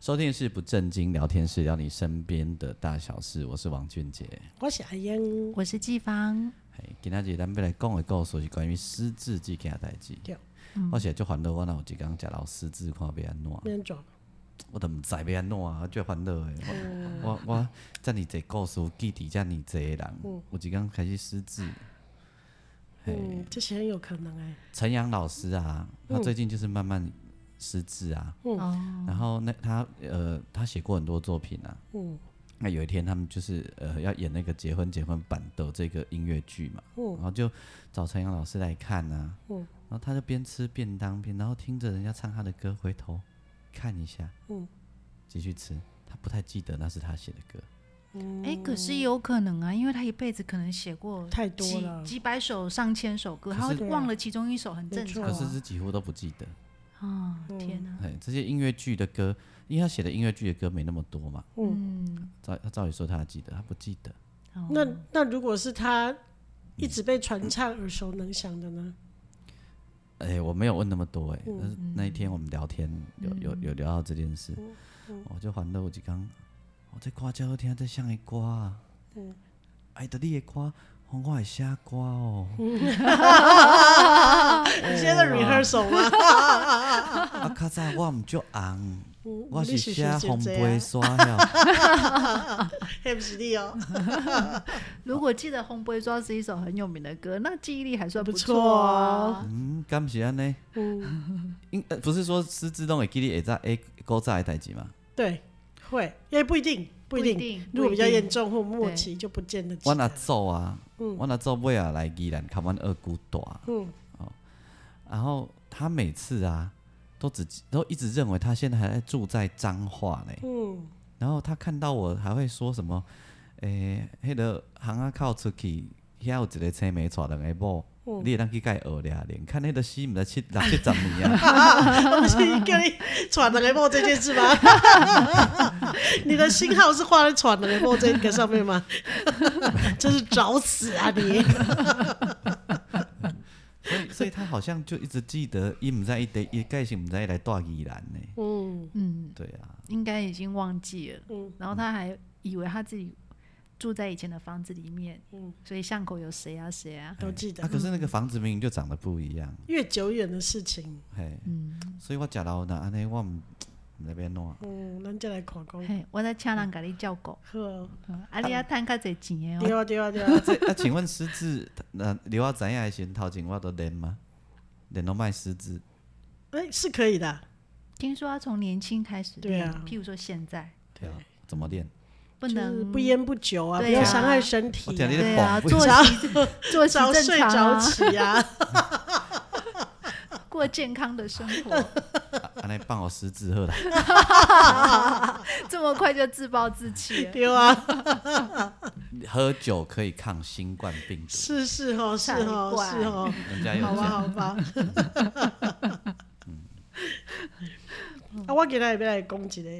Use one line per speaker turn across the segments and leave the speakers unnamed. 收听的是不正经聊天室，聊你身边的大小事。我是王俊杰。
我是阿英。
我是季芳，
嘿，今仔日咱要来讲的故事是关于失智这件代志
对。嗯
我是就烦恼，我若有一天食到失智，看要安怎样，
那种
我都毋知要安怎样啊，我最烦恼的。
嗯
我我我遮尔济故事，记伫遮尔济的人，有一天开始失智。嘿，
嗯，这些很有可能哎、
陈阳老师啊，
嗯
他最近就是慢慢失智啊。
哦，
然后那他呃，他写过很多作品啊。
嗯
那有一天他们就是呃要演那个结婚结婚版的这个音乐剧嘛，
嗯
然后就找陈阳老师来看啊，然后他就边吃便当边，然后听着人家唱他的歌，回头看一下，
嗯
继续吃，他不太记得那是他写的歌，
哎、可是也有可能啊，因为他一辈子可能写过
太多
几
了
几百首、上千首歌，
可是
他会
啊
忘了其中一首，很正常
哦
可是是几乎都不记得。
啊、
嗯
哦。天哪、
哎，这些音乐剧的歌，因为他写的音乐剧的歌没那么多嘛，
嗯，
照照理说他还记得，他不记得，
哦
那那如果是他一直被传唱耳熟能详的呢？
哎、我没有问那么多哎、
嗯
但是那一天我们聊天有有有聊到这件事，
嗯
我就烦恼有一天，我在歌叫好听，在像一歌啊，哎，得你的歌，我会写歌哦，
嗯你现在在 rehearsal 吗？
啊，较早我毋足红， 我
你
是
是
写
小姐
红
姐
杯
啊
沙了，
黑不是你哦，
如果记得《红不会抓》是一首很有名的歌，那记忆力还算
不
错哦
错
啊。
嗯，敢是安尼，
嗯
因、呃不是说失智拢会记得会早会古早的代志嘛，
对，会，因为不一定，不一定。
不一定
如果比较
不一定
严重或末期，就不见得记
阮 阿
得。
祖啊，阮阿祖尾啊来宜兰看阮二姑大，
嗯
哦然后他每次啊，都只都一直认为他现在还在住在彰化呢。
嗯，
然后他看到我还会说什么，诶、迄、个行啊靠出去，遐有一个青梅娶两个某，
嗯
你会当去甲伊学俩连，看迄个死毋知七六七十 年啊。
不是叫你喘的雷梦这件事吗？ 你的星号是画在喘的雷梦这个上面吗？ 真是找死啊你！
所以，所以他好像就一直记得，伊毋知伊第伊盖是毋知伊来住宜兰呢。
嗯，
嗯，
对啊，
应该已经忘记了。
嗯
然后他还以为他自己住在以前的房子里面，
嗯
所以巷口有谁啊谁啊，
都记得。
啊，可是那个房子明明就长得不一样，
越久远的事情，
嘿，所以我食老若安尼，我毋毋知变 怎样。
嗯，咱再来看讲。
嘿，我在车上给你叫狗，
好哦，
嗯啊，你要赚较侪钱的
对
哦。
啊对啊对 啊，
这啊，请问失智，那你我知影的时阵，啊头前我都练吗？练拢卖失智，
哎，是可以的啊。
听说要从年轻开始练，
对啊
譬如说现在
对啊，怎么练？
不
就是
能
不烟不酒啊，不
对啊
要伤害身体
我讲你
啊，
的
对啊，
不
作息作息
早睡
正常
早
啊，
起啊。
过健康的生活，
安尼啊放我失 智好啦。
这么快就自暴自弃了。
对 啊，
喝酒可以抗新冠病毒，
是是哦，是哦，
才怪
是哦，
人家有
好吧
讲。
好吧。
嗯
啊，我今日要来讲一个，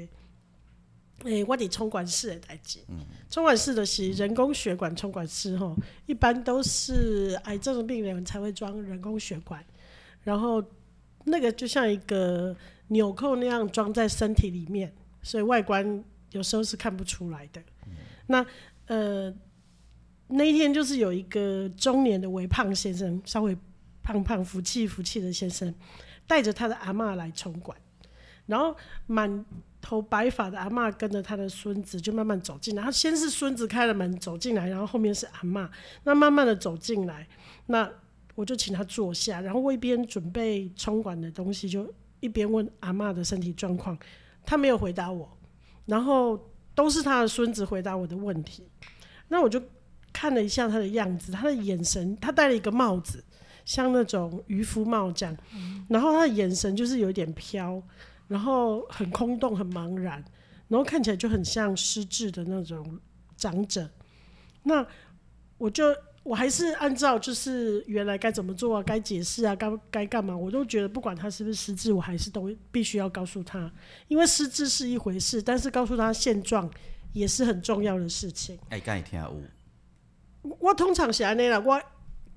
诶、我伫冲管室的代志。
嗯
冲管室就是人工血管冲管室吼，一般都是癌症的病人才会装人工血管，然后那个就像一个纽扣那样装在身体里面，所以外观有时候是看不出来的。
嗯
那呃，那一天就是有一个中年的微胖先生，稍微胖胖、福气福气的先生，带着他的阿嬷来冲管，然后满头白发的阿嬷跟着他的孙子就慢慢走进来。他先是孙子开了门走进来，然后后面是阿嬷，那慢慢的走进来，那我就请他坐下，然后我一边准备冲管的东西，就一边问阿嬷的身体状况，他没有回答我，然后都是他的孙子回答我的问题，那我就看了一下他的样子，他的眼神，他戴了一个帽子，像那种渔夫帽这样，然后他的眼神就是有一点飘，然后很空洞、很茫然，然后看起来就很像失智的那种长者。那我就我还是按照就是原来该怎么做啊，该解释啊，该该干嘛，我都觉得不管他是不是失智，我还是都必须要告诉他，因为失智是一回事，但是告诉他现状也是很重要的事情。
哎，敢会听有，
我我通常是安尼啦，我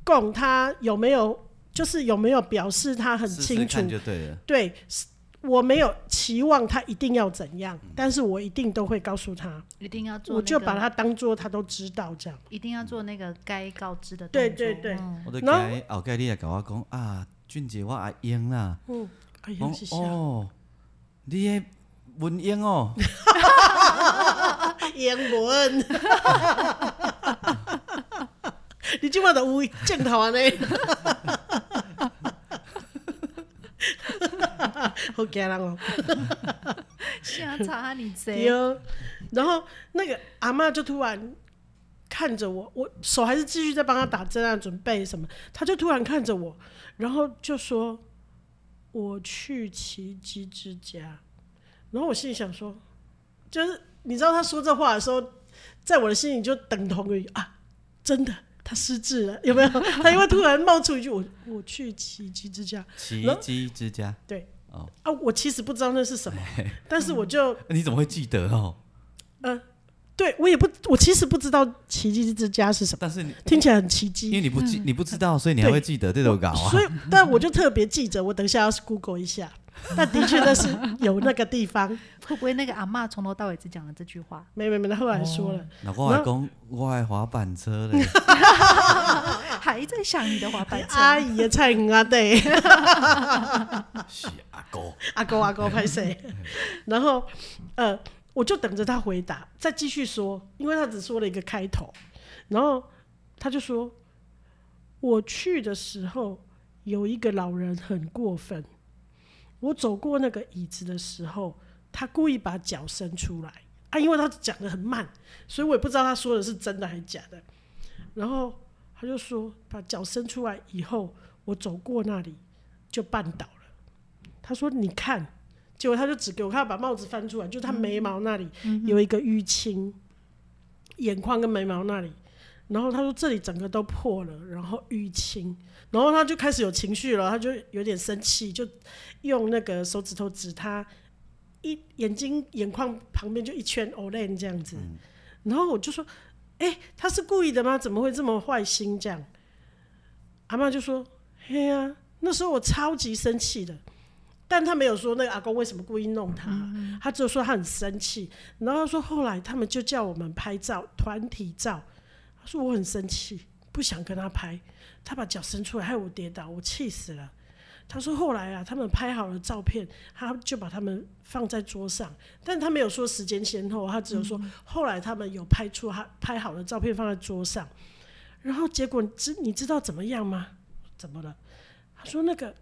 讲他有没有，就是有没有表示他很
试
清
试
楚
看，就对了。
对，是我没有期望他一定要怎样，
嗯
但是我一定都会告诉他，
一定要做、那
我就
个
把他当做他都知道这样。
一定要做那个该告知的动
对
作。
对对
嗯
我就
然后
惊后盖你也甲我讲啊，俊杰我阿英啦，
哎呀
讲，
是 啥？
哦，你迄文 英哦，
英文。 你今晚都有镜头啊？ 你， 好惊人哦！
吓查啊你
对
贼，，
然后那个阿嬷就突然看着我，我手还是继续在帮她打针啊，准备什么，她就突然看着我，然后就说：“我去奇迹之家。”然后我心里想说，就是你知道她说这话的时候，在我的心里就等同于啊，真的。她失智了，有没有？她因为突然冒出一句“我我去奇迹之家
奇迹之家，”，
啊，我其实不知道那是什么，但是我就
你怎么会记得哦？
呃对我也不，我其实不知道奇迹之家是什么，
但是你
听起来很奇
因
迹
为。你不记，你不知道，所以你还会记得这首稿啊
所。以，但我就特别记着，我等一下要 Google 一下。但的确，那是有那个地方，
会不会那个阿嬷从头到尾只讲了这句话？
没没没，他后来说了，
那我还讲我爱滑板 车嘞，
啊
还在想你的滑板车？
阿姨的菜园啊，对，
是阿哥，
阿公阿公拍谁？ 然后，呃，我就等着他回答，再继续说，因为他只说了一个开头，然后他就说，我去的时候有一个老人很过分，我走过那个椅子的时候，他故意把脚伸出来啊，因为他讲的很慢，所以我也不知道他说的是真的还是假的。然后他就说，把脚伸出来以后，我走过那里就绊倒了。他说：“你看。”结果他就指给我看，把帽子翻出来，就他眉毛那里、有一个淤青，眼眶跟眉毛那里。然后他说这里整个都破了，然后淤青，然后他就开始有情绪了，他就有点生气，就用那个手指头指他一眼睛眼眶旁边就一圈 orange 这样子。然后我就说：“哎、他是故意的吗？怎么会这么坏心这样？”阿妈就说：“嘿呀、那时候我超级生气的。”但他没有说那个阿公为什么故意弄他，他只有说他很生气。然后他说后来他们就叫我们拍照，团体照。他说我很生气，不想跟他拍。他把脚伸出来，害我跌倒，我气死了。他说后来啊，他们拍好了照片，他就把他们放在桌上，但他没有说时间先后，他只有说后来他们有拍出他拍好的照片放在桌上。然后结果你知你知道怎么样吗？怎么了？他说那个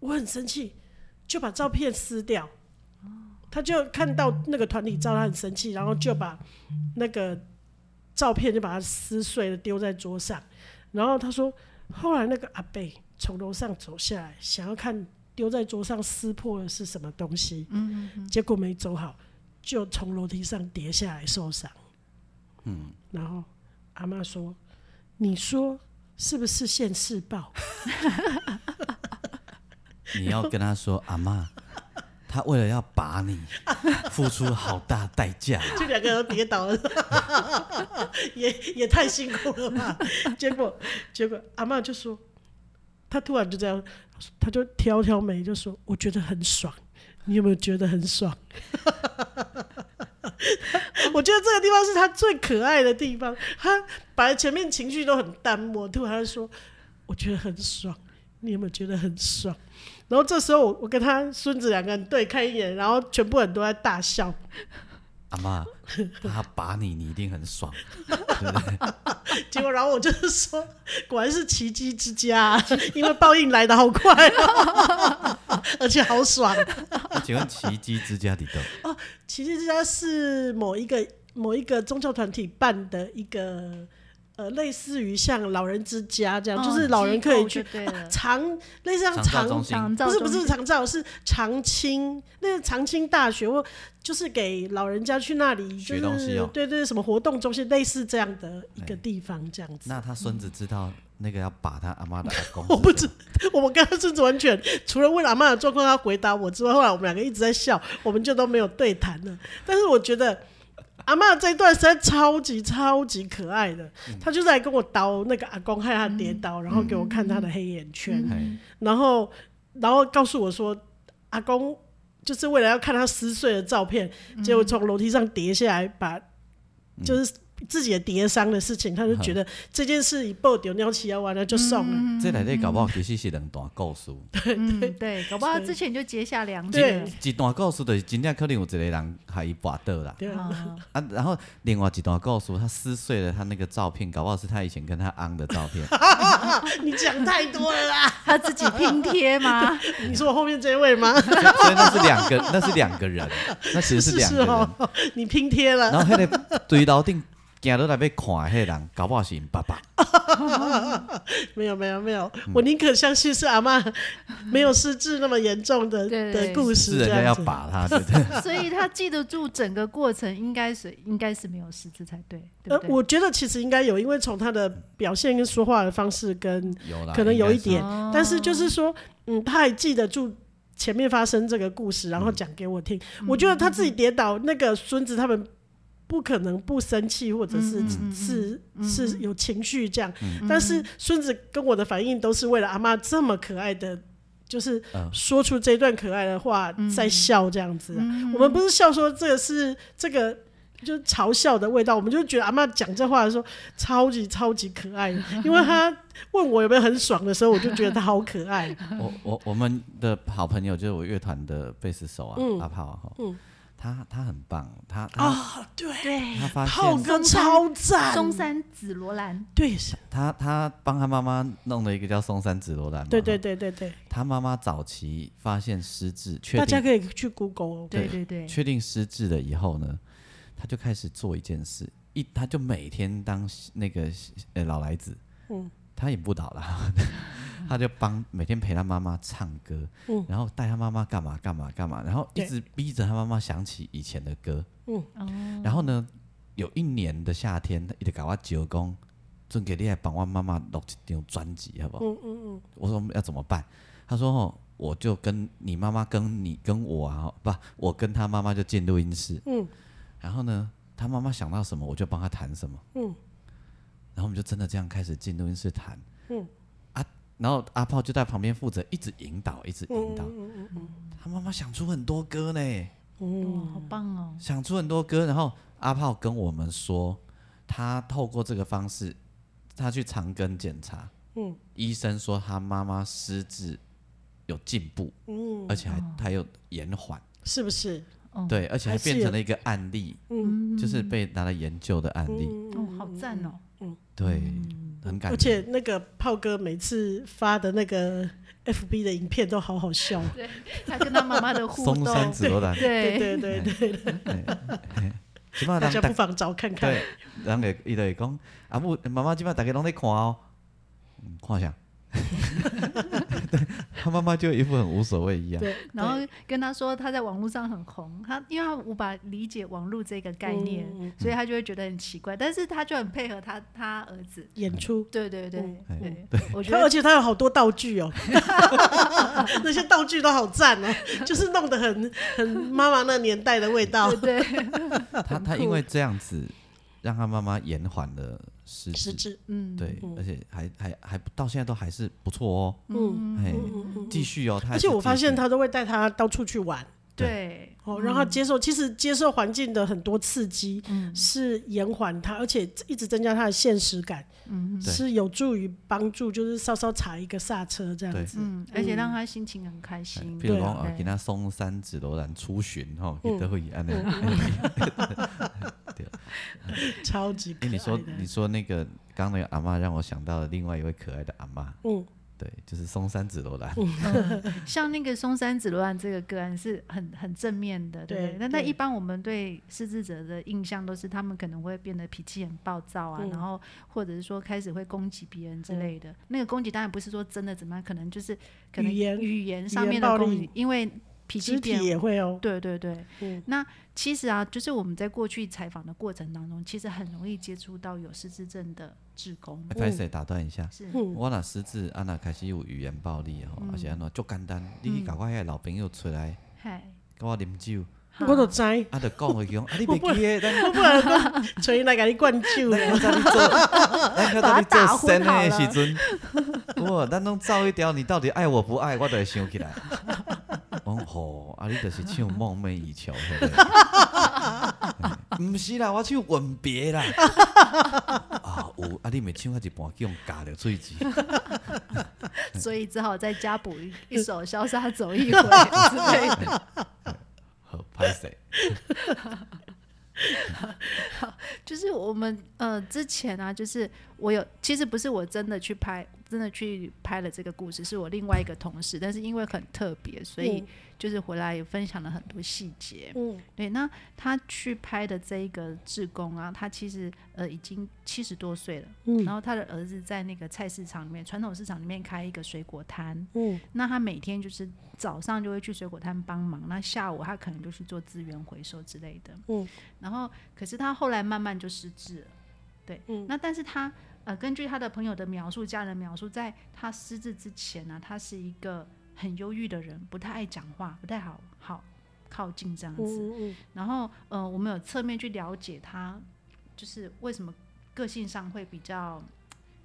我很生气，就把照片撕掉。他就看到那个团体照，他很生气，然后就把那个照片就把它撕碎了丢在桌上。然后他说，后来那个阿贝从楼上走下来，想要看丢在桌上撕破的是什么东西，结果没走好，就从楼梯上跌下来受伤。嗯，然后阿妈说：“你说是不是现世报？”
你要跟他说阿妈，他为了要把你，付出好大代价。
就两个人都跌倒了， 也也太辛苦了吧？ 结果结果阿嬷就说，她突然就这样，她就挑挑眉就说：“我觉得很爽，你有没有觉得很爽？” 我觉得这个地方是她最可爱的地方。她本来前面情绪都很淡漠，突然她就说：“我觉得很爽，你有没有觉得很爽？”然后这时候我我跟她孙子两个人对看一眼，然后全部人都在大笑。
阿妈，他把你，你一定很爽。
结果，然后我就是说， 果然是奇迹之家、 因为报应来的好快、啊， 而且好爽。
那请问奇迹之家里 头，
奇迹之家是某一个某一个宗教团体办的一个呃，类似于像老人之家这样，
哦
就是老人可以
机
去
构就对了
长类似像
长照
长
中心
长照
不是不是
中心
长照，是长青，那个长青大学或就是给老人家去那里，就
学
是
东西哦哎
对对，什么活动中心，类似这样的一个地方，这样子。
那他孙子知道那个要把他阿妈的阿公
我不
是
知， 我们跟他孙子完全除了问阿妈的状况，他回答我之外，后来我们两个一直在笑，我们就都没有对谈了。但是我觉得阿妈这一段实在超级超级可爱的，她就是来跟我叨那个阿公害他跌倒，然后给我看他的黑眼圈，
谁，嘿
然后然后告诉我说阿公就是为了要看他撕碎的照片，结果从楼梯上跌下来，把就是。自己的跌伤的事情，他就觉得这件事一报丢尿起要完了就送了，
这内底搞不好其实是两段故事，
嗯，对，搞不好他之前就结下梁子
对
了。
一段故事就是真正可能有一个人害伊跋倒啦，
对，
啊，
啊，然后另外一段故事他撕碎了他那个照片，搞不好是他以前跟他昂的照 片，
你讲太多了啦！
他自己拼贴吗？
你说我后面这位吗？
所以所以那是两个，那是两个人，那其实是两个人。
哦， 你拼贴了。
然后迄个对楼顶行落来要看迄个人，搞不好是因爸爸。
没有没有没有，我宁可相信是阿妈没有失智那么严重的
对
的故
是
事
人
这
家要
样子。
把他，对不对？
所以他记得住整个过程，应该是应该是没有失智才对，对
呃
不，对？
我觉得其实应该有，因为从他的表现跟说话的方式跟
有啦，
可能有一
应该是
点，但是就是说，嗯，他还记得住前面发生这个故事，然后讲给我听。我觉得他自己跌倒，那个孙子他们不可能不生气，或者是是是有情绪这样。但是孙子跟我的反应都是为了阿妈这么可爱的。就是
嗯
说出这段可爱的话，在笑这样子、啊。我们不是笑说这个是这个，就是嘲笑的味道。我们就觉得阿妈讲这话的时候，超级超级可爱的，因为她问我有没有很爽的时候，我就觉得他好可爱。
我我我们的好朋友就是我乐团的贝斯手啊，
嗯
阿炮啊，吼他他很棒，他他
啊，对，
对，
他发
浩
现
哥超赞，
松山紫罗兰，
对
他他帮他妈妈弄了一个叫松山紫罗兰嘛，
对对
吼，
对对对，
他妈妈早期发现失智，确
大家
定
可以去 Google 哦。
对
对
对对，
确定失智了以后呢，他就开始做一件事，一他就每天当那个呃老来子，
嗯
他也不倒了， 他就帮每天陪他妈妈唱歌，
嗯
然后带他妈妈干嘛干嘛干嘛，然后一
对
直逼着他妈妈想起以前的歌，
嗯
嗯，然后呢，有一年的夏天，他一直搞我九公。尊给你来帮我妈妈录一张专辑，好不好？
嗯嗯嗯，
我说要怎么办？他说哦，我就跟你妈妈跟你跟我啊，不，我跟他妈妈就进录音室。
嗯，
然后呢，他妈妈想到什么，我就帮他弹什么。嗯，然后我们就真的这样开始进录音室弹。
嗯，
啊，然后阿炮就在旁边负责一直引导，一直引导。
嗯
他妈妈想出很多歌呢，
哇，好棒哦！
想出很多歌。然后阿炮跟我们说，他透过这个方式，他去长庚检查。
嗯
医生说他妈妈失智有进步，
嗯
而且还还有延缓，
是不是？
对，而且还
哦还是
变成
有
了一个案例，
嗯，
就是被拿来研究的案例，
哦，好赞哦！
对，很
嗯而
感人。
且那个炮哥每次发的那个 FB 的影片都好好笑。
对他跟他妈妈的互
松山
动，
紫罗兰，
对
对，
对对对，
起码
大
人
家不妨找看看。
对，人会伊就会讲，阿母妈妈即摆大家拢在看哦，嗯，看啥？ 对，他妈妈就一副很无所谓一样，
对，
然后跟他说他在网络上很红，他因为他无法理解网络这个概念，
嗯
所以他就会觉得很奇怪，但是他就很配合他他儿子。
演出。
对对对
嗯
哎
对，我觉
他而
得
且他有好多道具哦， 那些道具都好赞哦，就是弄得很很妈妈那年代的味道
对。对，
他他因为这样子，让他妈妈延缓了失
实
智，
质，
嗯，
对，而且还还还不到现在都还是不错哦，
嗯，
哎，继续哦，他还
而
是
且我发
继续
现他都会带他到处去玩。
对，
哦，让他
嗯
接受，其实接受环境的很多刺激，是延缓他，而且一直增加他的现实感，
嗯
对
是有助于帮助，就是稍稍踩一个刹车这样
对
子。
嗯，而且让他心情很开
哎
心。
譬如
对嗯
讲
啊
啊，给他松山紫罗兰出巡吼，给都会安尼。
超级可爱的。
哎，你说你说那个刚刚那个阿妈让我想到了另外一位可爱的阿妈，
嗯
对，就是松山紫罗兰，
嗯像那个松山紫罗兰这个个案是很很正面的，对不
对
对？那那
对
一般我们对失智者的印象都是他们可能会变得脾气很暴躁
嗯
啊，然后或者是说开始会攻击别人之类的。那个攻击当然不是说真的怎么样，可能就是可能
语言
语言上
语言
面的
暴
攻
力
击，因为脾气
肢体
变
也会哦。
对对对，
嗯
那其实啊，就是我们在过去采访的过程当中，其实很容易接触到有失智症的志工，
哎 拍谁打断一下。
是
嗯
我若失智，啊若开始有语言暴力吼，而且安怎足简单，
嗯
你去甲我遐老朋友出来，
嗨，
甲我啉酒，
我都知， 我
啊，就讲回去讲，啊，你袂记诶，咱
不然都 锤来给你灌 酒
咱
了。
较早你做，咱较早你做生诶时阵，我咱拢走一条，你到底爱我不爱，我就会想 起来。我讲吼，啊，你就是唱梦寐以求，对 不对？毋是啦，我唱吻别啦。 啊有啊，你咪唱到一半，叫人夹着喙齿。
所以只好再加补一一首《潇洒走一回》之类的。
好，拍谁？
就是我们呃之前啊，就是我有其实不是我真的去拍，真的去拍了这个故事，是我另外一个同事，但是因为很特别，所以
嗯
就是回来也分享了很多细节。
嗯
对，那他去拍的这一个志工啊，他其实呃已经七十多岁了，然后他的儿子在那个菜市场里面，传统市场里面开一个水果摊，
嗯
那他每天就是早上就会去水果摊帮忙，那下午他可能就去做资源回收之类的，
嗯，
然后可是他后来慢慢就失智了，对，
嗯
那但是他呃根据他的朋友的描述、家人描述，在他失智之前呢、他是一个很忧郁的人，不太爱讲话，不太好好靠近这样子，
嗯
然后，呃，我们有侧面去了解他，就是为什么个性上会比较，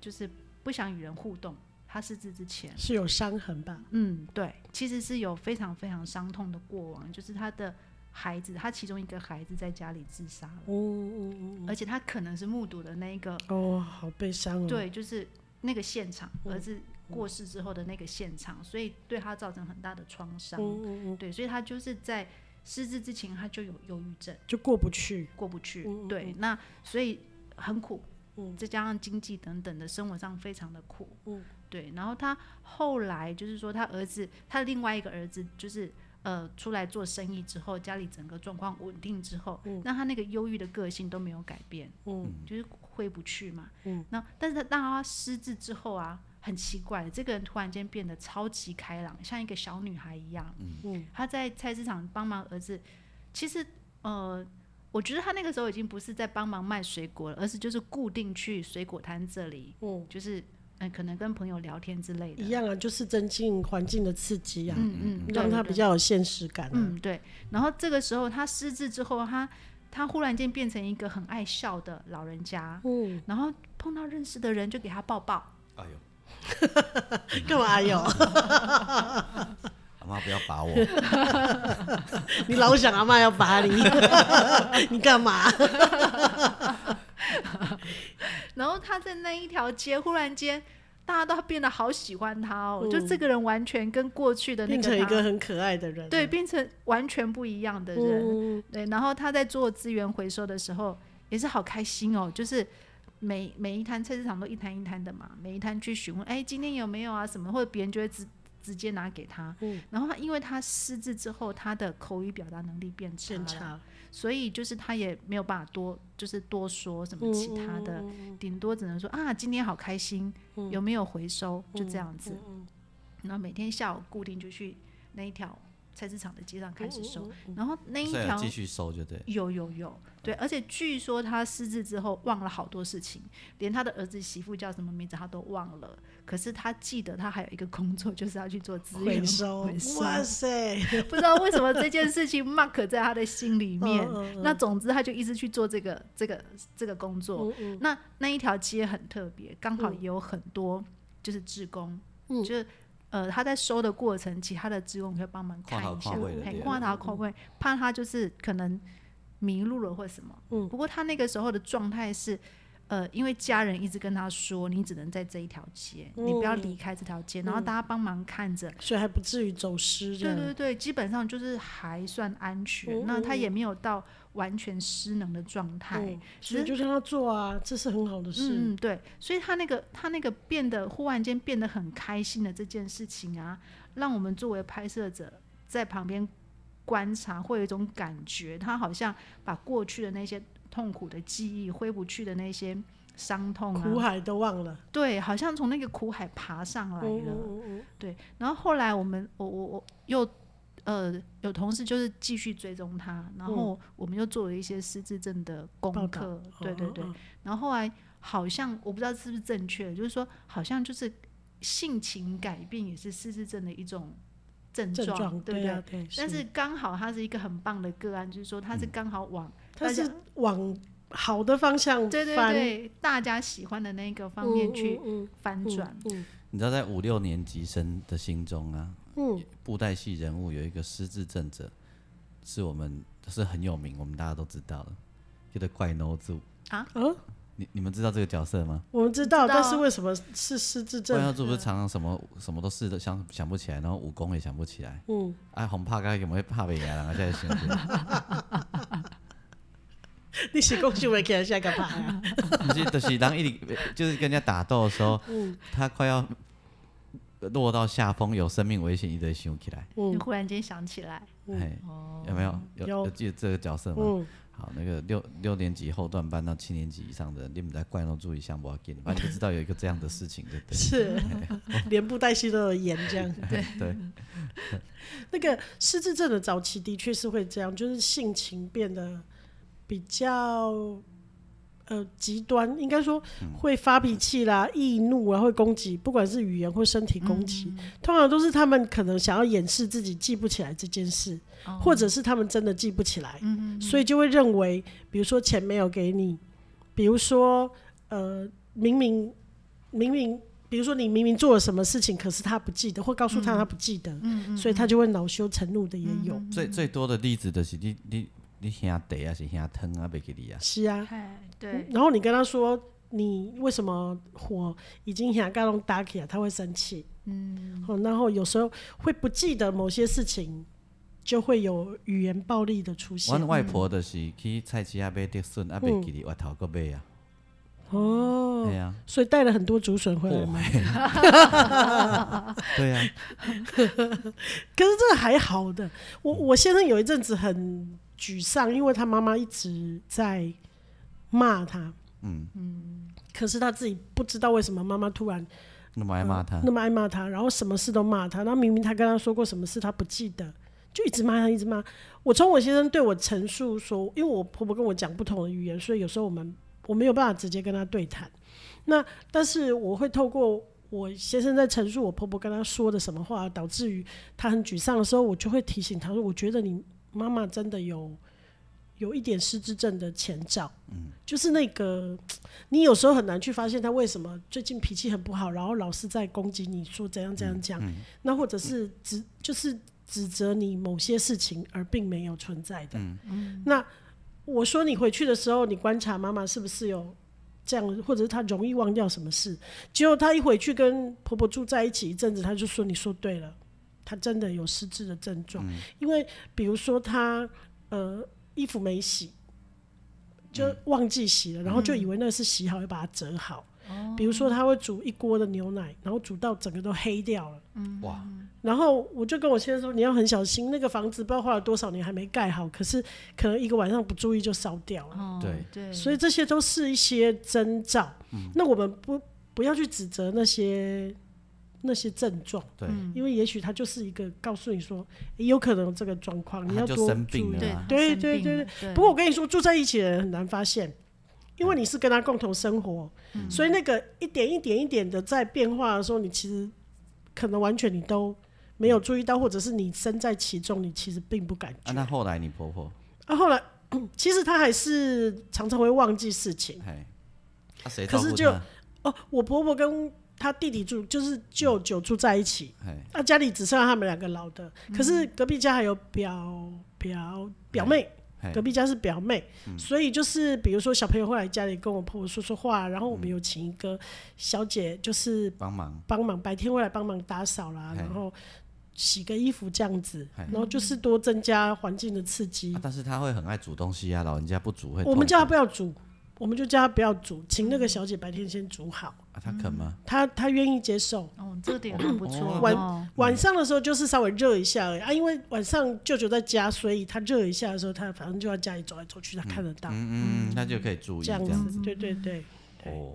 就是不想与人互动。他失智之前
嗯，，是有伤痕吧？
嗯，对，其实是有非常非常伤痛的过往，就是他的孩子，他其中一个孩子在家里自杀了，
嗯嗯嗯
而且他可能是目睹了那一个，
嗯，哦，好悲伤哦。，
对，就是那个现场，儿
嗯
子过世之后的那个现场，所以对他造成很大的创伤。
嗯嗯嗯，
对，所以他就是在失智之前，他就有忧郁症。
就过不去。
过不去。
嗯嗯
对，那所以很苦，
嗯
再加上经济等等的生活上非常的苦，
嗯
对。然后他后来就是说，他儿子，他的另外一个儿子，就是呃，出来做生意之后，家里整个状况稳定之后，那他那个忧郁的个性都没有改变，
嗯
就是回不去嘛。
嗯
那但是他当他失智之后啊，很奇怪，这个人突然间变得超级开朗，像一个小女孩一样。
嗯
他在菜市场帮忙儿子，其实呃，我觉得他那个时候已经不是在帮忙卖水果了，而是就是固定去水果摊这里，
嗯，
就是嗯、呃可能跟朋友聊天之类的。
一样啊，就是增进环境的刺激啊，
嗯嗯，对
让他
对
比较有现实感啊。
嗯，对。然后这个时候他失智之后，他他忽然间变成一个很爱笑的老人家，
嗯，
然后碰到认识的人就给他抱抱。
哎呦，
干嘛 有？
阿妈不要打我，
你老想阿妈要打 你，你干嘛？
然后他在那一条街，忽然间大家都变得好喜欢他哦，
嗯
就这个人完全跟过去的那
变
个
成一
他
个很可爱的人。
对，变成完全不一样的人。
嗯，
对，然后他在做资源回收的时候也是好开心哦，就是每每一摊菜市场都一摊一摊的嘛，每一摊去询问，哎，今天有没有啊什么，或者别人就会直直接拿给他。
嗯
然后他因为他失智之后，他的口语表达能力变差
检
了，
查
所以就是他也没有办法多就是多说什么其他的，顶多只能说啊，今天好开心，有没有回收，就这样子。然后每天下午固定就去那一条菜市场的街上开始收，然后那一
所以要
条
继续收就对。
有有有，
嗯
对，而且据说他失智之后忘了好多事情，连他的儿子媳妇叫什么名字他都忘了，可是他记得他还有一个工作就是要去做资源
回收
嗯回收。嗯
哇塞，
不知道为什么这件事情 mark 在他的心里面。
嗯嗯嗯
那总之，他就一直去做这个这个这个工作。
嗯
那那一条街很特别，刚好也有很多就是志工，
嗯
就是呃他在收的过程，其他的志工会帮忙看
看好
一下
看位的，
很
对
嗯
跨他跨位，怕他就是可能迷路了或什么。
嗯
不过他那个时候的状态是。呃，因为家人一直跟他说，你只能在这一条街，你不要
嗯
离开这条街，然后大家帮忙看着，
所以还不至于走失这
对
样。哦
对对，基本上就是还算安全。
嗯
那他也没有到完全失能的状态。
嗯
只
所以
是
就让他做啊，这是很好的事。
嗯，对，所以他那个他那个变得忽然间变得很开心的这件事情啊，让我们作为拍摄者在旁边观察，会有一种感觉，他好像把过去的那些痛苦的记忆、挥不去的那些伤痛
苦
啊，
海都忘了，
对，好像从那个苦海爬上来了。
嗯嗯
对，然后后来我们我我我又呃有同事就是继续追踪他，然后我们又做了一些失智症的
嗯报
功
道
课
嗯，
对对对
嗯，
然后后来好像我不知道是不是正确，就是说好像就是性情改变也是失智症的一种症
症
状，
状
对
对
不对？
啊对。
但是刚好他是一个很棒的个案，就是说他
嗯
是刚好往、
他
大家
是往好的方向翻，
对对对大家喜欢的那个方面去
嗯
翻
嗯嗯
转，
嗯
你知道，在五六年级生的心中啊，
嗯
布袋戏人物有一个失智症者，是我们是很有名，我们大家都知道的，叫做怪孬助。
嗯，啊
你你们知道这个角色吗？
我们知道，
知道啊
但是为什么是失智
怪
症？
孬助不是常常什么什么都试都想想不起来，然后武功也想不起来，
嗯，
啊，红怕该有没有怕北牙，然后现在想不起来。
你是恭喜我给他下个牌啊？
不是，就是当一直就是跟人家打斗的时候，
嗯
他快要落到下风，有生命危险，一直想起来。
你
嗯
忽然间想起来，
哎、有没有？有
有
记得这个角色吗？
嗯，
好，那个六六年级后段班到七年级以上的人，你们在怪诺注意项目要给你，反正就知道有一个这样的事情，对不对？
是 连布袋戏都有演这样。
对对，
那个失智症的早期的确是会这样，就是性情变得比较呃极端，应该说会发脾气啦、易怒啊，会攻击，不管是语言或身体攻击，
嗯
通常都是他们可能想要掩饰自己记不起来这件事，
哦
或者是他们真的记不起来，
嗯嗯
所以就会认为，比如说钱没有给你，比如说呃明明明明。比如说，你明明做了什么事情，可是他不记得，或告诉他他不记得，
嗯嗯，
所以他就会恼羞成怒的也有。
最最多的例子就是你你你兄弟啊，是兄汤啊，袂记你啊，
是啊，
哎对，
然后你跟他说你为什么火已经下盖弄打起来，他会生气。嗯、哦，然后有时候会不记得某些事情，就会有语言暴力的出
阮
现。
外婆就是去菜市啊买竹笋啊，袂记你外头个买啊，
哦，
对啊，
所以带了很多竹笋回来嘛。
哦对啊，
可是这个还好的，我我先生有一阵子很沮丧，因为他妈妈一直在骂他。
嗯，
可是他自己不知道为什么妈妈突然
那么爱骂他
那，么爱骂他，然后什么事都骂他，然后明明他跟他说过什么事，他不记得，就一直骂他，一直骂。我从我先生对我陈述说，因为我婆婆跟我讲不同的语言，所以有时候我们我没有办法直接跟他对谈。那但是我会透过我先生在陈述我婆婆跟他说的什么话，导致于他很沮丧的时候，我就会提醒他说，我觉得你妈妈真的有。有一点失智症的前兆，嗯，就是那个你有时候很难去发现他为什么最近脾气很不好，然后老是在攻击你说怎样怎样讲，那或者是指就是指责你某些事情而并没有存在的。那我说你回去的时候，你观察妈妈是不是有这样，或者是她容易忘掉什么事？结果她一回去跟婆婆住在一起一阵子，她就说你说对了，她真的有失智的症状，因为比如说她呃衣服没洗。就忘记洗了，然后就以为那是洗好，又把它折好。比如说，他会煮一锅的牛奶，然后煮到整个都黑掉了。
哇，
然后我就跟我先生说，你要很小心，那个房子不知道花了多少年还没盖好，可是可能一个晚上不注意就烧掉了。
哦
对
对，嗯
所以这些都是一些征兆。那我们不不要去指责那些那些症状，
对，
嗯
因为也许他就是一个告诉你说，诶有可能有这个状况，你
他
要
就
多
生病
注意
了
对
啊
对
他生
对
病
对
了
不过我跟你说，住在一起的人很难发现，因为你是跟他共同生活，所以那个一点一点一点的在变化的时候，你其实可能完全你都没有注意到，或者是你身在其中，你其实并不感
啊，
觉。
那后来你婆婆，
啊，后来 其实他还是常常会忘记事情。
哎，啊谁
可
照
是
顾
就
她？
哦，我婆婆跟她弟弟住，就是舅舅住在一起，
哎，
那、家里只剩下他们两个老的，可是隔壁家还有表表表妹。
哎嗯
隔，壁家是表妹，所以就是比如说小朋友会来家里跟我婆婆说说话，啊然后我们有请一个小姐，就是
帮忙，
帮忙白天会来帮忙打扫啦，
嘿
然后洗个衣服这样子，
哎
然后就是多增加环境的刺激
啊。但是他会很爱煮东西啊，老人家不煮会痛苦。
我们叫他不要煮，我们就叫他不要煮，请那个小姐白天先煮好，
啊，他肯吗？
她她愿意接受。
嗯
哦，这个点很不错
哦
哦。
晚上的时候就是稍微热一下而已啊，因为晚上舅舅在家，所以他热一下的时候，他反正就要家里走来走去，他看得到，
嗯嗯，那就可以注意
这
这
样
样
子
子。。
对对对，对
哦，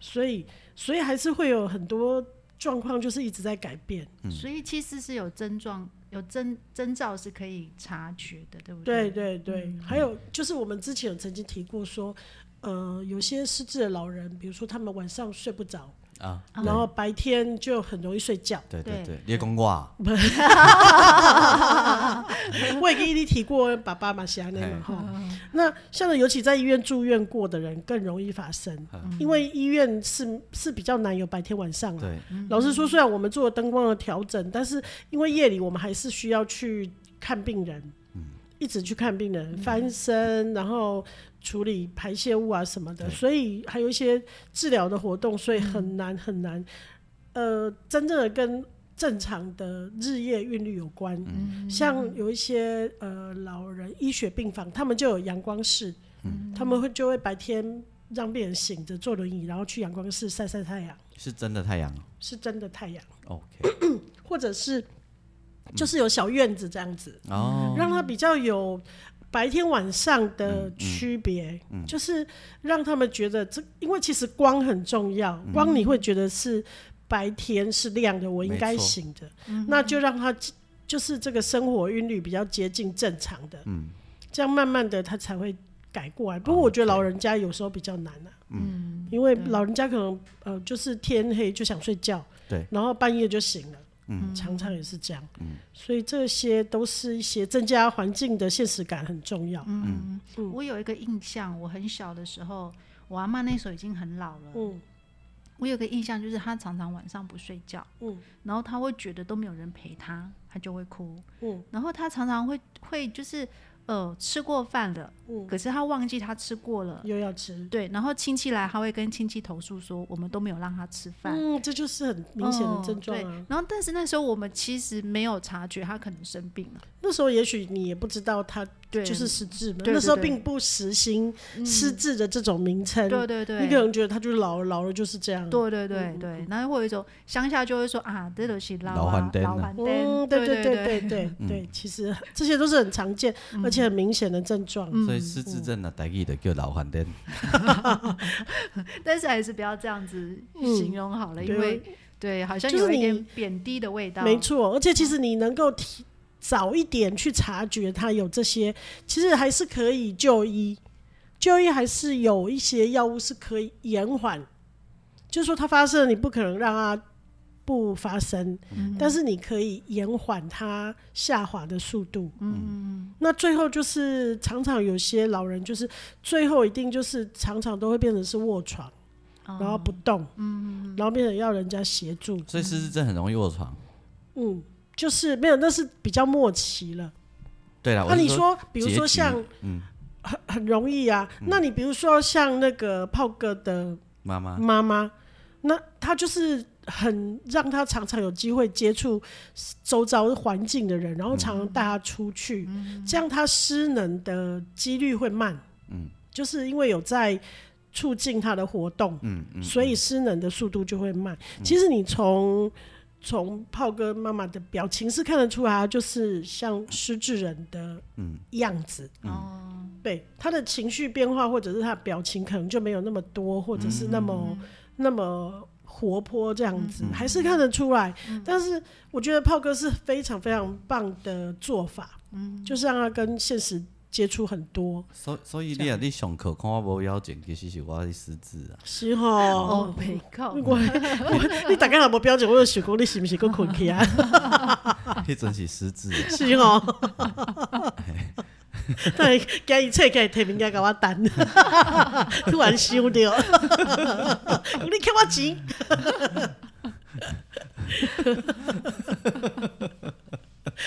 所以所以还是会有很多状况，就是一直在改变。
所以其实是有症状、有征征兆是可以察觉的，对不
对
对？
对对，还有就是我们之前有曾经提过说，呃，有些失智的老人，比如说他们晚上睡不着，
啊，
然后白天就很容易睡觉。
对对
对
对，你讲我啊，
我也跟你提过，爸爸嘛是安尼嘛
嘿
吼。那像尤其在医院住院过的人更容易发生，因为医院是是比较难有白天晚上啊。
对，
老实说，虽然我们做了灯光的调整，但是因为夜里我们还是需要去看病人，一直去看病人，翻身，然后处理排泄物啊什么的，
对
所以还有一些治疗的活动，所以很难很难。呃，真正的跟正常的日夜韵律有关。像有一些呃老人医学病房，他们就有阳光室，他们会就会白天让病人醒着坐轮椅，然后去阳光室晒晒太阳，
是真的太阳哦。
是真的太阳，
OK，
或者是就是有小院子这样子，
哦，
让他比较有。白天晚上的区别，
嗯
就是让他们觉得这，因为其实光很重要，
嗯
光你会觉得是白天是亮的，我应该
没错
醒的，那就让他就是这个生活韵律比较接近正常的，
嗯
这样慢慢的他才会改过来。不过
哦
我觉得
对
老人家有时候比较难啊，
嗯，
因为老人家可能呃就是天黑就想睡觉，
对，
然后半夜就醒了。
嗯
常常也是这样，
嗯
所以这些都是一些增加环境的现实感很重要。
嗯，我有一个印象，我很小的时候，我阿妈那时候已经很老了。
嗯
我有个印象就是她常常晚上不睡觉，
嗯
然后她会觉得都没有人陪她，她就会哭。
嗯
然后她常常会会就是呃吃过饭了，
嗯，
可是她忘记她吃过了。
又要吃，
对，然后亲戚来，她会跟亲戚投诉说我们都没有让她吃饭。
嗯，这就是很明显的症状
哦
啊。
对，然后但是那时候我们其实没有察觉他可能生病了，
那时候也许你也不知道他
对，
就是失智嘛，
对对
那时候
对
并不实行
嗯
失智的这种名称，
对对对，
你可能觉得他就是老了，老了就是这样，
对对对
嗯嗯
对，然后会有一种乡下就会说啊，这都是老
老
啊
还灯啊
老还
嗯，
灯，
对
对
对对对对
嗯
对，其实这些都是很常见而且很明显的症状。
嗯
所以失智症的啊代语的叫老还灯，
嗯
但是还是不要这样子形容好了，
嗯
因为对，好像
就是
有一
你
点贬低的味道，
没错，而且其实你能够提早一点去察觉他有这些，其实还是可以就医，就医还是有一些药物是可以延缓，就是说它发生了，你不可能让它不发生，
嗯
但是你可以延缓它下滑的速度。
嗯，
那最后就是常常有些老人就是最后一定就是常常都会变成是卧床，
哦
然后不动，嗯，然后变成要人家协助，
所以失智症很容易卧床。
嗯，就是没有，那是比较末期了。
对了，
那、
啊我是
啊你说，比如
结
说
局
像
嗯
很很容易啊，那你比如说像那个炮哥的
妈妈，
妈妈，那她就是很让她常常有机会接触周遭环境的人，然后常常带她出去，这样她失能的几率会慢。
嗯，
就是因为有在促进她的活动，
嗯嗯，
所以失能的速度就会慢。其实你从从炮哥妈妈的表情是看得出来，她就是像失智人的
嗯
样子。
哦，
对他的情绪变化，或者是他的表情，可能就没有那么多，或者是那么、那么活泼这样子，还是看得出来。但是我觉得炮哥是非常非常棒的做法，嗯，就是让他跟现实接触很多，
所所以你啊，你上课看我无腰紧，其实是我的失智啊。
是吼。
哦，没够，
我我 你大概若无标准，我就想讲你是不是够 困去啊？
迄阵是失智 啊，
是哦， 但是今日册起提物件甲我等， 突然想到，有你欠我钱。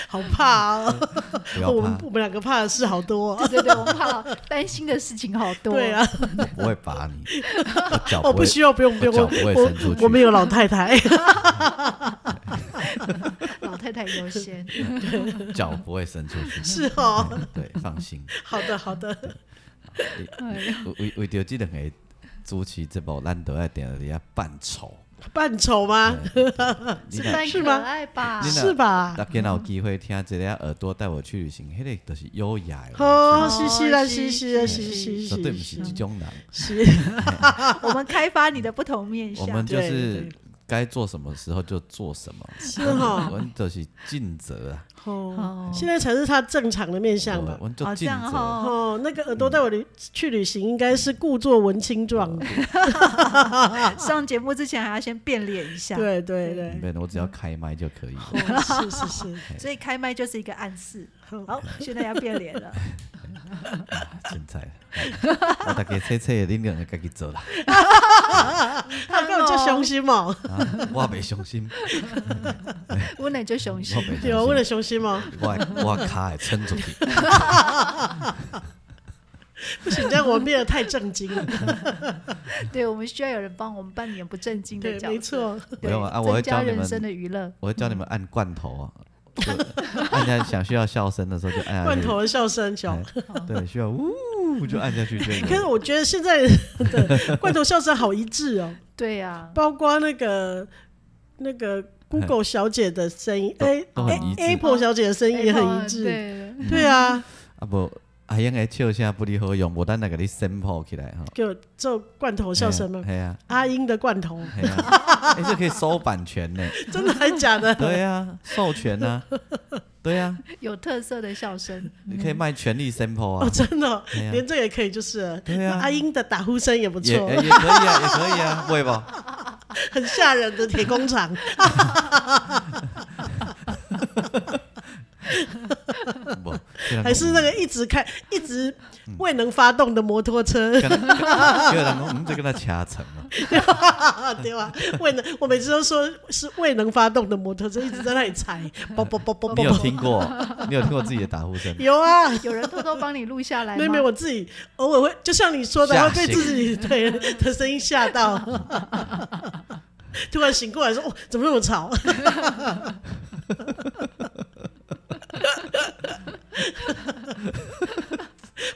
好怕哦！
不要
我
怕
们，我们两个怕的事好多、哦。
对对对，我怕担心的事情好多，
对啊，，
我不会把 你，我脚
哦，
不
不
会，
需要，不用，不用，
我脚
我
不会伸出
我
去
我们有老太太，
老太太太优 先。
脚不会伸出去。
是哦，
对，放心。
好的好的，哎
为为为着这两个主持这部，咱都要定底下扮丑。
扮丑吗？
你
是
若
扮
是
可
吗
爱 吧？
你
是吧？
大家若有机会听这个耳朵带我去旅行，迄、个就是优雅的
哦，
人
是是啦，是是啦，是是
生，绝对
是
不是这种人。
是，
我们开发你的不同面
我
相。
们就
啊对
是
对
该做什么时候就做什么，
是哦
我们就是尽责啊，
哦，
哦，
现在才是他正常的面相吧
我？们就
哦这
尽
样哦，
责。
哦，那个耳朵带我旅去旅行，应该是故作文青状
嗯
的。
上节目之前还要先变脸一 下。
对对对，
对，我只要开麦就可以了。
哦是是 是，
哎
所以开麦就是一个暗示。好，现在要变脸 了。
凊彩啦，我大家切切的，恁两个家己做啦，
他跟我就雄心 哦，
啊我袂伤心，
我奶就雄
我
心。
袂
对，为了
伤
雄
心，
心哦，
我的我卡会撑出去。
不行，这样我们变得太正经 了。
嗯
对，我们需要有人帮我们扮演不正经的
对，
角色。
没错，
对
没有啊我会
增加
教你
人
们
生的娱乐。
我会教你们按罐头啊，就按下想需要笑声的时候就按下去
罐头的笑声小
哎。对，需要呜就按下去就有
可是我觉得现在的 罐头笑声好一致哦，
对啊呀、
包括那个那个 Google 小姐的声音，
哎都
哎
都很一致
，Apple 小姐的声音也很一致。
哎对，
对啊，
啊不，阿英的笑声不离好用，无咱来给你 sample 起来哈。
给我做罐头笑声吗？
系啊，
阿英的罐头，
系啊，哎，这可以收版权呢。
真的还是假的？
对啊，授权啊，对啊，
有特色的笑 声。
你可以卖权利 sample
哦，
啊，
真的哦，
哎呀
连这个也可以，就是了
对啊
那阿英的打呼声也不
也
错，
哎也可以啊，也可以啊，会不？
很吓人的铁工 厂。
不，这 人
还是那个一直开、一直未能发动的摩托车，
跟他， 有人讲，嗯，这跟他掐成了，嗯
对吧？未能，我每次都说是未能发动的摩托车，一直在那里 踩，啵啵啵啵
你
啵
有
啵。
听过？你有听过自己的打呼声？
有啊，
有人偷偷帮你录下来
没
吗？
有没有，我自己偶尔会，就像你说的，
吓
会被自己对的声音吓到， 突然醒过来说：“哦，怎么那么吵？”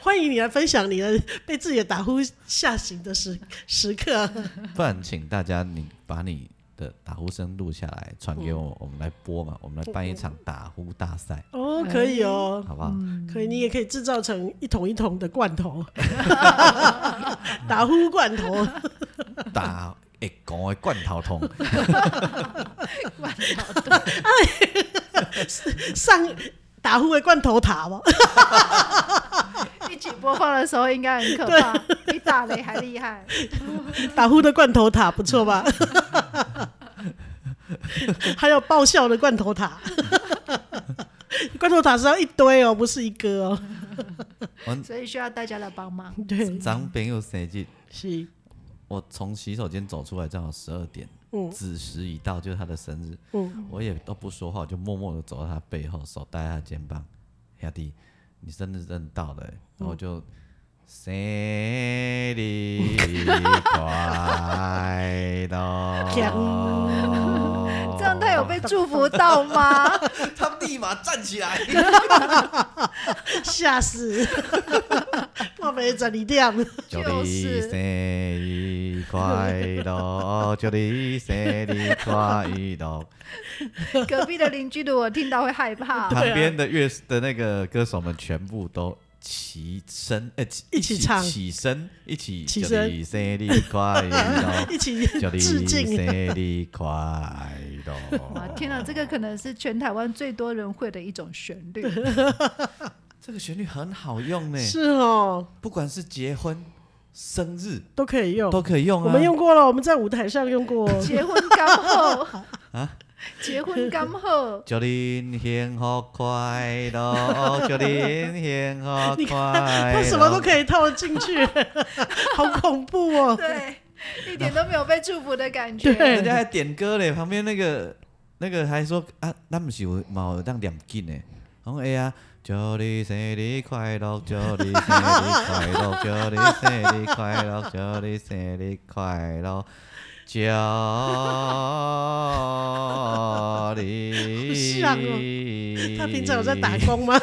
欢迎你来分享你的被自己的打呼吓醒的时时刻。啊
不然，请大家你把你的打呼声录下来，传给
嗯
我，我们来播嘛，我们来办一场打呼大赛，
哦，可以
哎
哦，
好不好？
可以，你也可以制造成一桶一桶的罐 头，打呼罐头。
打一公的罐头桶，
上打呼的罐头塔吗？
一起播放的时候应该很可怕，比打雷还厉害。
打呼的罐头塔不错吧？还有爆笑的罐头塔，罐头塔是要一堆哦，不是一个哦。
所以需要大家的帮忙。
对，
张朋友生日，
是，
我从洗手间走出来，正好十二点，
嗯
子时已到，就是他的生日，
嗯
我也都不说话，我就默默的走到他背后，手搭在他肩膀，兄弟，你生日真的到了欸、然后我就。生日快 乐！
这样他有被祝福到吗？
他立马站起来，
吓死！我没整你这样，
祝
就
你
是
生日快乐，祝你生日快乐。
隔壁的邻居如果听到会害
啊
怕。
旁边的乐的那个歌手们全部都起身，呃，起
一起唱
起身，一起
起
祝
身，
你生日快乐
一起
祝你
致敬。
生日快
哇，
乐。
天啊哪，这个可能是全台湾最多人会的一种旋律。
这个旋律很好用呢，
是哦，
不管是结婚、生日
都可以用，
都可以用啊。
我们用过了，我们在舞台上用过哦。
结婚刚 后
啊
结婚刚后，
祝您幸福快 乐，祝您幸福快乐。
他什么都可以套进去，好恐怖哦！
对，一点都没有被祝福的感觉。
对
人家还点歌嘞，旁边那个那个还说啊，咱们是有嘛有当念经嘞，讲哎呀，祝你生日快乐，祝你生日快乐，祝你生日快乐，祝你生日快 乐，祝你
棒
哎
哦！他平常有在打工吗？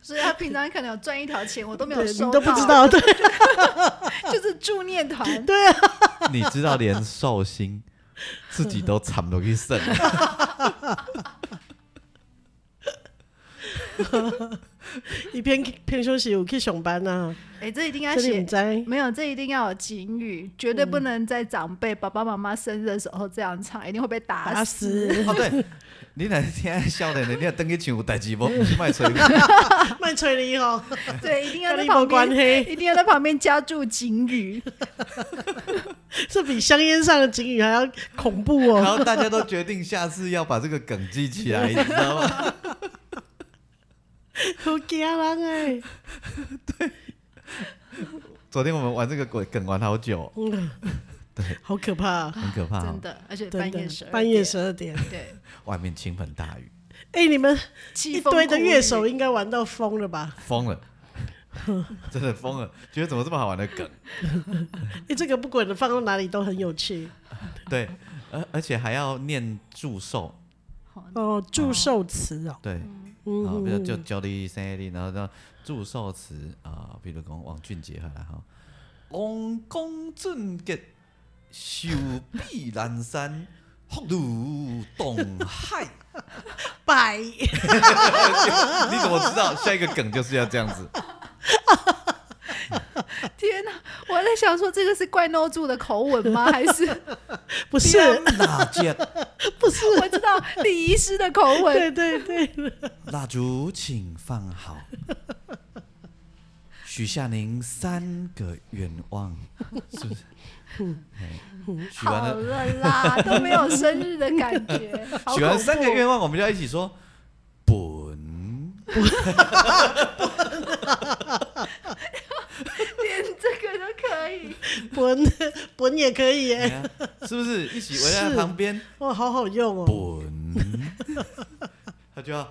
所以他平常可能有赚一条钱，我都没有
对
收到，
你都不知道，对
就是助念团，
对啊，
你知道连 寿星自己都惨不去哦胜，
一边偏休息，有去上班啊，
哎、这一定要
这里
写
唔知。
没有，这一定要有警语，绝对不
嗯
能在长辈、爸爸妈妈生日的时候这样唱，一定会被打
打死
哦，对，你若天少年的，你若登去唱有代志 无，卖吹。
卖吹你哦，
对，一定要
跟
在
你无
旁
关
边，
系，
一定要在旁边加注警语。
这比香烟上的警语还要恐怖
然
哦。
后大家都决定下次要把这个梗记 起来，你知道吗？
好惊人哎！
昨天我们玩这个鬼梗玩好久，
嗯，对，好可怕啊，
很可怕、
真
哦。
的，而且半
真
夜
的
十，二，
半夜十，二点。
对，
外面倾盆大雨，
哎，你们一
凄风
堆的
苦
乐
雨
手应该玩到疯了吧？
疯 了，真的疯了，觉得怎么这么好玩的梗？
哎，这个不管放到哪里都很有趣
对，而而且还要念祝寿，
好
哦。祝寿词哦，
对，
嗯
啊，比如就叫你生日，然后呢祝寿词啊，比如讲王俊杰好了哈，龙宫俊杰，寿比南山，福如东 海。
拜。
你怎么知道下一个梗就是要这样子？
天哪！我还在想说，这个是怪 no 住的口吻吗？还是
不是，
那节
不是，
我知道礼仪师的口吻？
对对对，
蜡烛请放 好，许下您三个愿望，是 不是？哎许完
好
了，
了啦，都没有生日的感觉， 好
许完
恐
三个
怖
愿望，我们就要一起说本。
连这个都可以。
本本也可以
哎
耶，
呀 是不是一起围在
是
旁边
哇，好好用哦。
本？ 他就要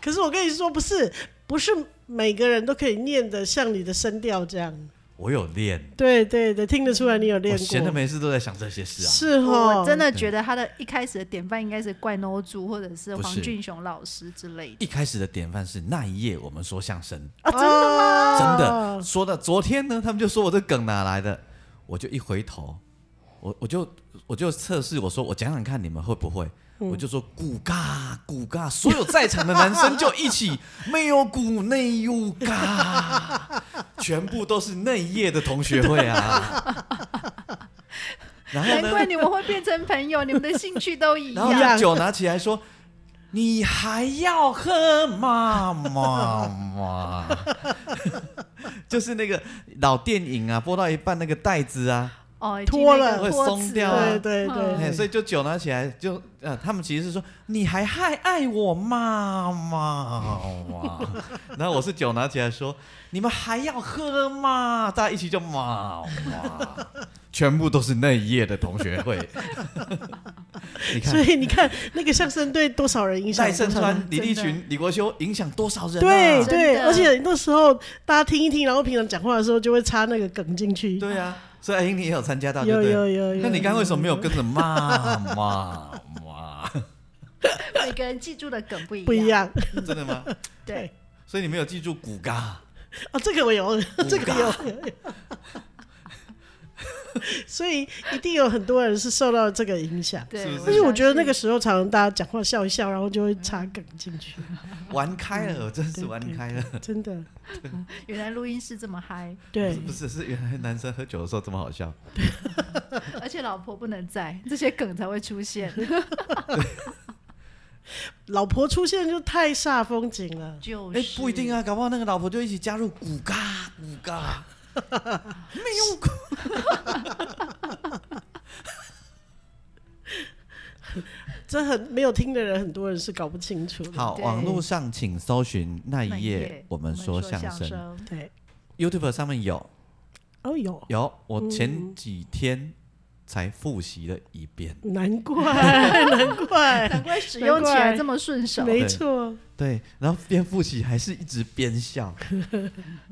可是我跟你说，不是，不是每个人都可以念的像你的声调这样。
我有练，
对对对，听得出来你有练
我
过。
哦闲的没事都在想这些事啊。
是哦，
我真的觉得他的一开始的典范应该是怪 no 猪或者是
不
黄
是
俊雄老师之类的。
一开始的典范是那一夜我们说相声，
啊，真的吗？
真的，说到昨天呢，他们就说我这梗哪来的，我就一回头，我我就我就测试我说我讲讲看你们会不会，我就说骨嘎骨嘎，所有在场的男生就一起没有骨内有嘎，全部都是内业的同学会啊。然后
难
呢，
怪你们会变成朋友，你们的兴趣都一
然后
样。
那酒拿起 来说。你还要喝吗？妈妈， 就是那个老电影啊，播到一半那个袋子啊，
哦，已经
脱
那
了
个
会
脱
松
脂
掉啊
对
了
对
嗯
哎，
对，
所以就酒拿起来就呃，他们其实是说你还还爱我吗？妈妈， 然后我是酒拿起来说你们还要喝吗？大家一起就妈妈， 全部都是那一夜的同学会， 你看
所以你看那个相声对多少人影响？
赖声
多少人
川、李立群、李国修影响多少人、啊？
对对，
真的
而且那时候大家听一听，然后平常讲话的时候就会插那个梗进去。
对啊，所以阿英你也有参加到，对
有
不对？
有有有。
那你刚刚为什么没有跟着骂骂骂？
每个人记住的梗不一样。
不一。样？
真的吗？
对，
所以你没有记住骨嘎，
啊，这个我 有，
骨
这个
嘎
有。 所以一定有很多人是受到这个影响。
对
是不是
但是我觉得那个
相信
时候常常大家讲话笑一笑，然后就会插梗进 去，
玩开了，真是玩开了。
真的。
原来录音室这么嗨，
对，
不是，是原来男生喝酒的时候这么好笑。
而且老婆不能在，这些梗才会出现。
哎
老婆出现就太煞风景了。
就
哎
是，
不一定。啊，搞不好那个老婆就一起加入骨嘎骨嘎，没有骨。
这很没有听的人，很多人是搞不清楚的。
好，
对
网络上请搜寻那
那
一
一
夜
夜
我们说相
相
声
声，
对，
，YouTube 上面有
哦有，
有，我前几天才复习了一遍。
难怪 难
难
怪，
怪使用起来这么顺手。
没错，
对，然后边复习还是一直边笑，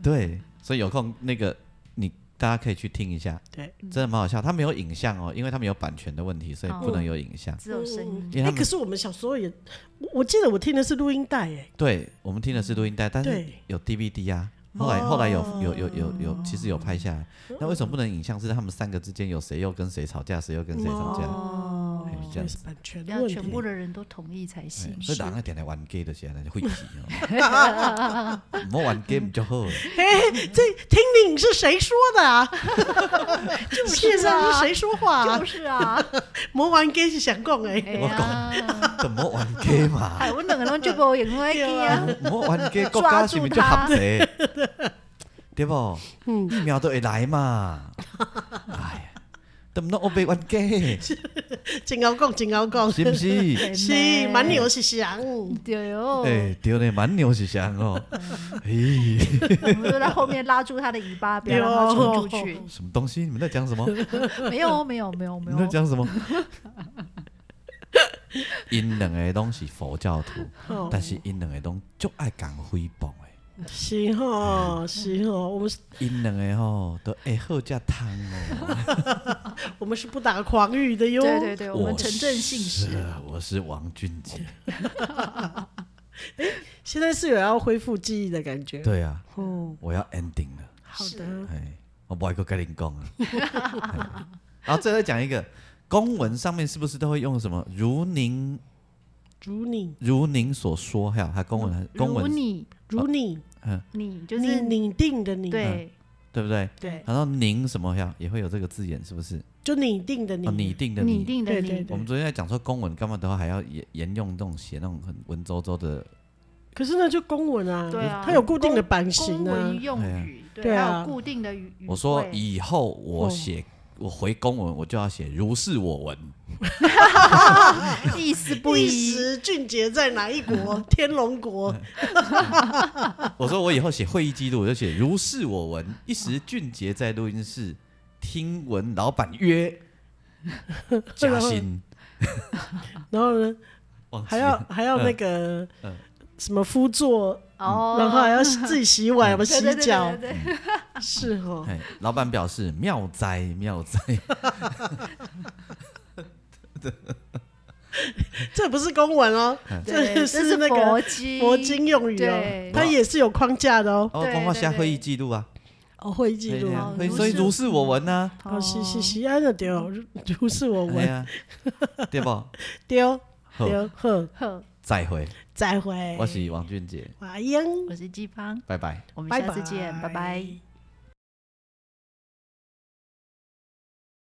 对，所以有空那个你大家可以去听一下，
对，
真的蛮好笑。他没有影像哦，因为他们有版权的问题，所以不能有影像。
只有声音。
因为
哎、
他
可
们
是我们小时候也，我我记得我听的是录音带，哎，
对我们听的是录音带，但是
对
有 DVD 啊。后来后来有有有有有，其实有拍下来。那为什么不能影像？是他们三个之间有谁又跟谁吵架，谁又跟谁吵架。
哦，
哎这
那
样
是版权的
要
问题
全。部的人都同意才行
哎。所以人个定定玩 gay 就是安尼，晦气哦。 唔好玩 game 就好了。
哎，这听听你是谁说的啊？
就是
线上是谁说话
啊？
啊
就？是啊，
魔王 gay 是想讲哎，
哎呀，
就唔好玩 gay 嘛，
哎，我两个拢就无用 我去啊，
唔好玩 gay，国家是毋是就合作？对不？疫苗都会来嘛。哎呀，都唔能我被玩 gay，是
真好讲，真好讲，
不是？
哎
是蛮牛是翔，
对哦，
哎，对呢，蛮牛是啥哦？哎，
我们都在后面拉住他的尾巴，不要让他冲出去。
什么东西？你们在讲什么？
没有，没有，没有，没
你在
有。
讲什么？因两个拢是佛教徒，
哦
但是因两个拢足爱讲诽谤的。
是吼是吼，我们是
因两个吼都会好食汤哦。
我们是不打诳语的哟，
对对对，我们
是
城镇信实。，
我是王俊杰。
现在是有要恢复记忆的感觉，
对啊，
哦，
我要 ending 了，
好的，
哎，我不爱个跟你讲了。 哎然后最后讲一个，公文上面是不是都会用什么？如您
如你
如您所说，还有他公文还
嗯
公
如
文，
你，
如你
嗯，
你就
你
是
拟定的你，
对
对不对？
对，
然后您什么呀，也会有这个字眼，是不是？
就拟定的
哦，拟
你，
定的
拟
拟。
定的
对对
你
对，
我们昨天在讲说公文干嘛都还要沿沿用这种写那种很文绉绉的
可是那就公文啊，
对啊
它有固定的版
公
型啊
文，用语，
对
对，
啊
还有固定的语语
哎我说
汇
以后我写、我回公文，我就要写如是我闻。
啊 意思不
不一
一，
时俊杰在哪一 国？天龙国，
嗯我说我以后写会议记录，我就写如是我闻。一时俊杰在录音室听闻老板 约加薪，
然后呢，
忘记
还要
了
还要那个
哦嗯
什么夫座，
哦，
然后还要自己洗碗，
嗯
我们洗
对对对
脚
对，对
是哦，
哎，老板表示妙哉妙哉，嗯
这不是公文哦，这
对这
是
是
那个
佛经
佛经用语哦
对，
它也是有框架的哦。
哦，
对
光光
对
下
对
会议记录啊，
哦，会议记录
对啊
哦
所以
如
所以
是
如是我闻呢，
哦，是是是，安的对哦，如如是我
哎
闻
呀，对不？
对哦
好
对，哦好，
呵，
再会，
再会
我，是王俊杰，
华英，
我是季芳，
拜拜。
我们
拜
下次见，拜拜。